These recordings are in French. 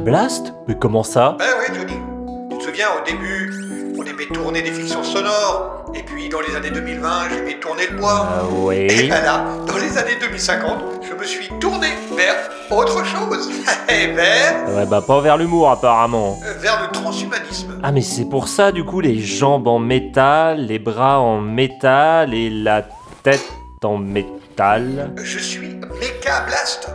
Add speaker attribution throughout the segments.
Speaker 1: Blast Mais comment ça
Speaker 2: Ben oui, Johnny. Tu te souviens, au début, on aimait tourner des fictions sonores. Et puis, dans les années 2020, j'aimais tourner le bois.
Speaker 1: Ah oui.
Speaker 2: Et ben là, dans les années 2050, je me suis tourné vers autre chose. Et vers,
Speaker 1: Ouais, bah pas vers l'humour apparemment.
Speaker 2: euh, vers le transhumanisme.
Speaker 1: Ah mais c'est pour ça du coup les jambes en métal, les bras en métal et la tête en métal.
Speaker 2: Je suis Mecha Blast.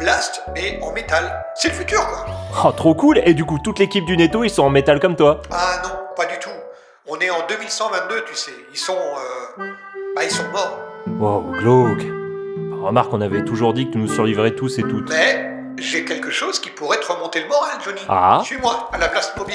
Speaker 2: Blast, mais en métal. C'est le futur, quoi.
Speaker 1: Oh trop cool Et du coup toute l'équipe du Netto ils sont en métal comme toi.
Speaker 2: Ah non, pas du tout. On est en 2122, tu sais. Ils sont. euh, Bah, ils sont morts.
Speaker 1: Wow, glauque. Remarque on avait toujours dit que tu nous survivrais tous et toutes.
Speaker 2: Mais j'ai quelque chose qui pourrait te remonter le moral, Johnny.
Speaker 1: Ah.
Speaker 2: Suis-moi à la place mobile.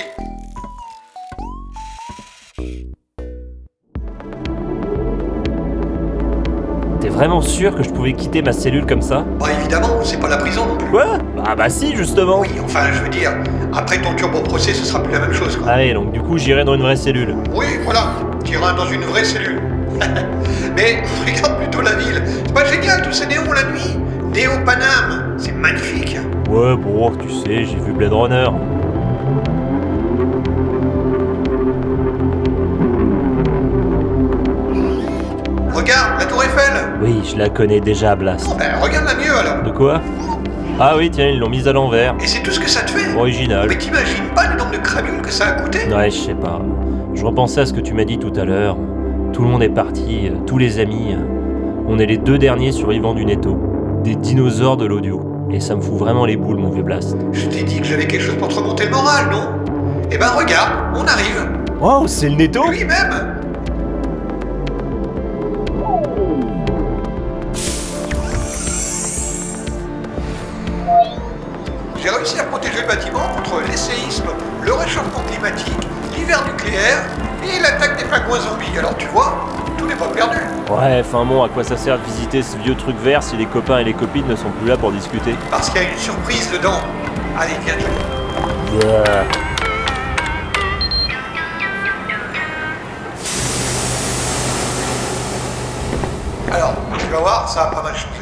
Speaker 1: T'es vraiment sûr que je pouvais quitter ma cellule comme ça
Speaker 2: Bah, évidemment, c'est pas la prison non plus.
Speaker 1: Quoi Bah bah si justement.
Speaker 2: Oui, enfin, je veux dire, après ton turbo procès, ce sera plus la même chose, quoi.
Speaker 1: Allez donc du coup j'irai dans une vraie cellule.
Speaker 2: Oui, voilà, tu iras dans une vraie cellule. Mais regarde plutôt la ville. C'est pas génial, tous ces néons la nuit. Néo Paname, c'est magnifique.
Speaker 1: Ouais bon tu sais j'ai vu Blade Runner.
Speaker 2: Regarde la Tour Eiffel.
Speaker 1: Oui je la connais déjà Blast.
Speaker 2: Bon, ben, regarde la mieux alors.
Speaker 1: De quoi Ah oui tiens ils l'ont mise à l'envers.
Speaker 2: Et c'est tout ce que ça te fait.
Speaker 1: Original.
Speaker 2: Mais t'imagines pas le nombre de cramules que ça a coûté
Speaker 1: Ouais, je sais pas. Je repensais à ce que tu m'as dit tout à l'heure. Tout le monde est parti, euh, tous les amis. euh, On est les deux derniers survivants du netto. Des dinosaures de l'audio. Et ça me fout vraiment les boules, mon vieux Blast.
Speaker 2: Je t'ai dit que j'avais quelque chose pour te remonter le moral, non Eh ben regarde, on arrive.
Speaker 1: Wow, Oh, c'est le netto
Speaker 2: Lui-même J'ai réussi à protéger le bâtiment contre les séismes, le réchauffement climatique, l'hiver nucléaire et l'attaque des pingouins zombies. Alors tu vois, tout n'est pas perdu.
Speaker 1: Ouais, enfin bon, à quoi ça sert de visiter ce vieux truc vert si les copains et les copines ne sont plus là pour discuter
Speaker 2: Parce qu'il y a une surprise dedans. Allez, viens, Johnny. Alors, tu vas voir, ça a pas mal changé.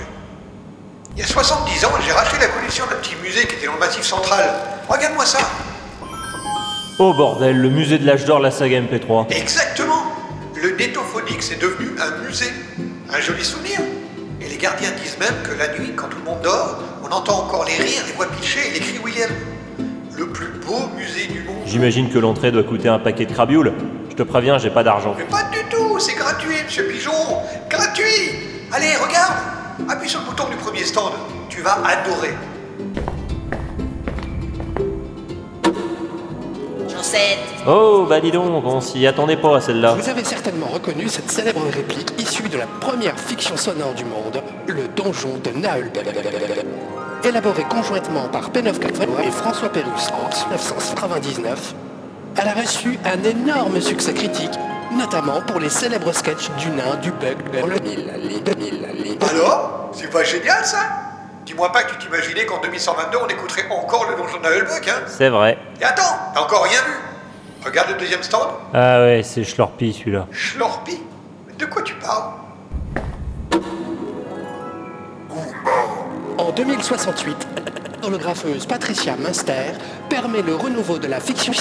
Speaker 2: Il y a 70 ans, j'ai racheté la collection d'un petit musée qui était dans le massif central. Regarde-moi ça
Speaker 1: Oh bordel, le musée de l'âge d'or de la saga MP3.
Speaker 2: Exactement Le Netophonix est devenu un musée. Un joli souvenir. Et les gardiens disent même que la nuit, quand tout le monde dort, on entend encore les rires, les voix pichées et les cris William. Le plus beau musée du monde.
Speaker 1: J'imagine que l'entrée doit coûter un paquet de crabioule. Je te préviens, j'ai pas d'argent.
Speaker 2: Mais pas du tout, c'est gratuit, monsieur Pigeon Gratuit Allez, regarde Appuie sur le bouton du premier stand, tu vas adorer.
Speaker 3: Chancette,
Speaker 1: Oh, bah dis donc, on s'y attendait pas à celle-là.
Speaker 4: Vous avez certainement reconnu cette célèbre réplique issue de la première fiction sonore du monde, Le Donjon de Naël. Élaborée conjointement par P9 et François Pérusse en 1999, elle a reçu un énorme succès critique, notamment pour les célèbres sketchs du nain, du bug, le mille, li- de mille, li-
Speaker 2: Alors C'est pas génial ça Dis-moi pas que tu t'imaginais qu'en 2122 on écouterait encore le donjon de Hullbuck, hein
Speaker 1: C'est vrai.
Speaker 2: Et attends, t'as encore rien vu Regarde le deuxième stand,
Speaker 1: Ah ouais, c'est Schlorpi celui-là.
Speaker 2: Schlorpi De quoi tu parles
Speaker 4: En 2068, l'holographeuse Patricia Munster permet le renouveau de la fiction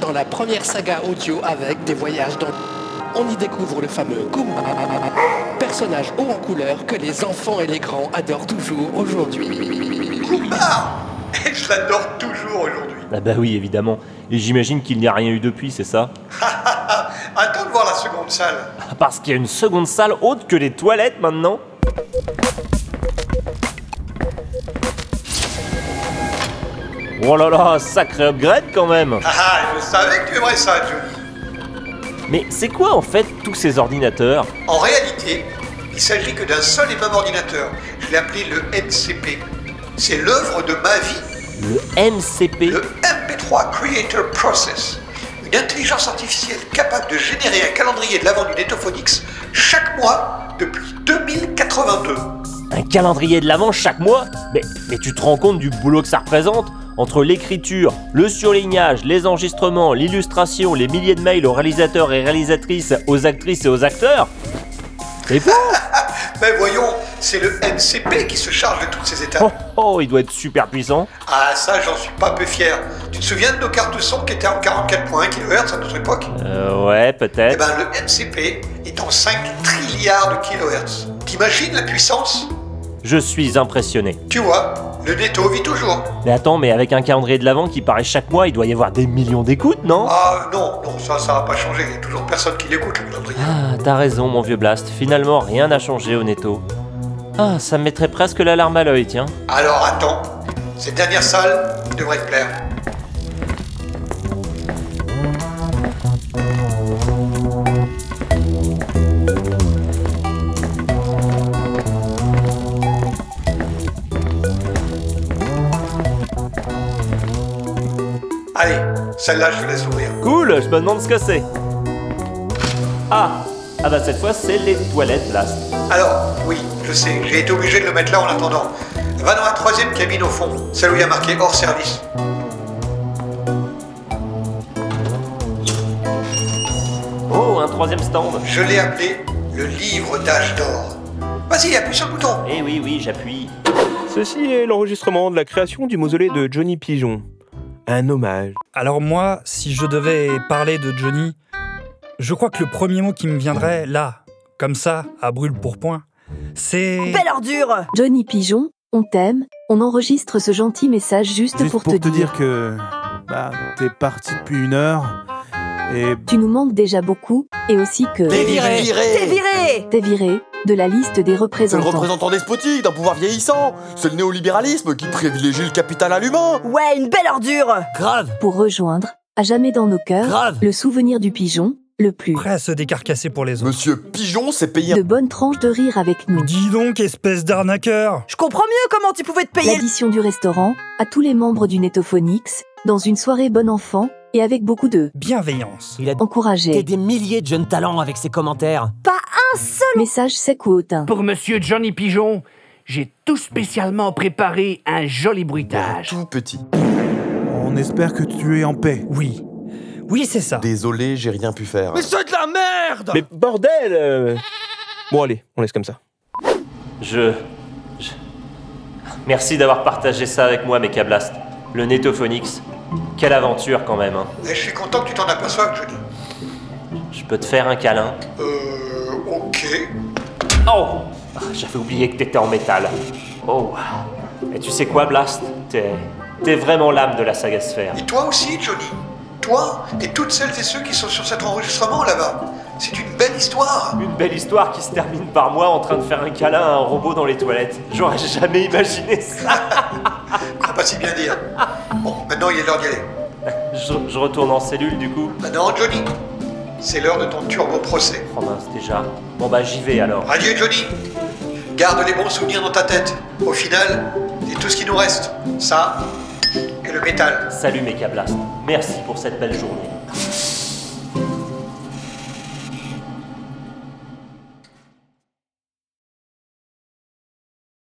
Speaker 4: dans la première saga audio avec des voyages dans... On y découvre le fameux Kumba, personnage haut en couleur que les enfants et les grands adorent toujours aujourd'hui.
Speaker 2: Goumar Et je l'adore toujours aujourd'hui.
Speaker 1: Ah bah oui, évidemment. Et j'imagine qu'il n'y a rien eu depuis, c'est ça
Speaker 2: Attends de voir la seconde salle.
Speaker 1: Ah, Parce qu'il y a une seconde salle haute que les toilettes maintenant Oh là là, sacré upgrade quand même
Speaker 2: Ah ah, je savais que tu aimerais ça, Johnny.
Speaker 1: Mais c'est quoi en fait tous ces ordinateurs
Speaker 2: En réalité, il s'agit que d'un seul et même ordinateur. Je l'ai appelé le MCP. C'est l'œuvre de ma vie,
Speaker 1: Le MCP
Speaker 2: le MP3 Creator Process. Une intelligence artificielle capable de générer un calendrier de l'avant du Netophonix chaque mois depuis 2082.
Speaker 1: Un calendrier de l'avant chaque mois mais, mais tu te rends compte du boulot que ça représente entre l'écriture, le surlignage, les enregistrements, l'illustration, les milliers de mails aux réalisateurs et réalisatrices, aux actrices et aux acteurs C'est fou
Speaker 2: Mais voyons, c'est le NCP qui se charge de toutes ces étapes.
Speaker 1: Oh, oh, il doit être super puissant.
Speaker 2: Ah, ça, j'en suis pas peu fier. Tu te souviens de nos cartes son qui étaient en 44.1 kHz à notre époque
Speaker 1: Euh, ouais,
Speaker 2: Eh
Speaker 1: peut-être.
Speaker 2: ben, le NCP est en 5 trilliards de kHz. T'imagines la puissance
Speaker 1: Je suis impressionné.
Speaker 2: Tu vois, le netto vit toujours.
Speaker 1: Mais attends, mais avec un calendrier de l'avant qui paraît chaque mois, il doit y avoir des millions d'écoutes, non
Speaker 2: Ah non, non, ça, ça va pas changer. Il y a toujours personne qui l'écoute, le calendrier.
Speaker 1: Ah, t'as raison, mon vieux Blast. Finalement, rien n'a changé au netto. Ah, ça me mettrait presque l'alarme à l'œil, tiens.
Speaker 2: Alors attends, cette dernière salle devrait te plaire. Allez, celle-là, je te laisse ouvrir.
Speaker 1: Cool, je me demande ce que c'est. Ah Ah bah cette fois, c'est les toilettes Blast.
Speaker 2: Alors, oui, je sais, j'ai été obligé de le mettre là en attendant. Va dans la troisième cabine au fond, celle où il y a marqué hors service.
Speaker 1: Oh, un troisième stand.
Speaker 2: Je l'ai appelé le livre d'âge d'or. Vas-y, appuie sur le bouton.
Speaker 1: Eh oui, oui, j'appuie.
Speaker 3: Ceci est l'enregistrement de la création du mausolée de Johnny Pigeon. Un hommage.
Speaker 5: Alors moi, si je devais parler de Johnny, je crois que le premier mot qui me viendrait là, comme ça, à brûle pour point, c'est...
Speaker 6: Belle ordure
Speaker 7: Johnny Pigeon, on t'aime, on enregistre ce gentil message juste,
Speaker 8: Juste
Speaker 7: pour, te, dire.
Speaker 8: que bah, t'es parti depuis une heure et
Speaker 7: Tu nous manques déjà beaucoup, et aussi que
Speaker 9: Déviré
Speaker 6: T'es viré
Speaker 7: t'es viré de la liste des
Speaker 9: C'est le
Speaker 7: représentants.
Speaker 9: représentant despotique d'un pouvoir vieillissant C'est le néolibéralisme qui privilégie le capital à l'humain
Speaker 6: Ouais, une belle ordure
Speaker 5: Grave
Speaker 7: Pour rejoindre, à jamais dans nos cœurs,
Speaker 5: Grave
Speaker 7: le souvenir du pigeon, le plus.
Speaker 5: Prêt à se décarcasser pour les autres.
Speaker 9: Monsieur Pigeon s'est payé
Speaker 7: De bonnes tranches de rire avec nous.
Speaker 5: Dis donc, espèce d'arnaqueur
Speaker 6: Je comprends mieux comment tu pouvais te payer le-
Speaker 7: L'addition du restaurant, à tous les membres du Netophonix, dans une soirée bon enfant, et avec beaucoup de
Speaker 5: Bienveillance.
Speaker 10: Il a
Speaker 7: encouragé.
Speaker 10: des milliers de jeunes talents avec ses commentaires.
Speaker 7: Message sec ou hautain.
Speaker 11: Pour Monsieur Johnny Pigeon, j'ai tout spécialement préparé un joli bruitage.
Speaker 9: tout petit.
Speaker 8: on espère que tu es en paix.
Speaker 5: Oui. Oui, c'est ça.
Speaker 9: Désolé, j'ai rien pu faire.
Speaker 10: c'est de la merde
Speaker 3: Mais bordel euh. Bon allez, on laisse comme ça.
Speaker 1: Je... je- Merci d'avoir partagé ça avec moi, Mecha Blast. Le Netophonix. Quelle aventure, quand même. hein.
Speaker 2: Et Eh, je suis content que tu t'en aperçoives, Johnny.
Speaker 1: Je peux te faire un câlin
Speaker 2: Euh, ok.
Speaker 1: Oh Ah, J'avais oublié que t'étais en métal. Oh Et tu sais quoi, Blast T'es... T'es vraiment l'âme de la saga sphère.
Speaker 2: Et toi aussi, Johnny. Toi et toutes celles et ceux qui sont sur cet enregistrement là-bas. C'est une belle histoire.
Speaker 1: Une belle histoire qui se termine par moi en train de faire un câlin à un robot dans les toilettes. J'aurais jamais imaginé ça.
Speaker 2: Ah, pas si bien dire. Bon, maintenant il est l'heure d'y aller.
Speaker 1: Je, je retourne en cellule du coup.
Speaker 2: Maintenant, Johnny, c'est l'heure de ton turbo procès.
Speaker 1: Oh mince déjà. Bon bah j'y vais alors.
Speaker 2: Adieu, Johnny. Garde les bons souvenirs dans ta tête. Au final, c'est tout ce qui nous reste. Ça et le métal.
Speaker 1: Salut Mechablast. Merci pour cette belle journée.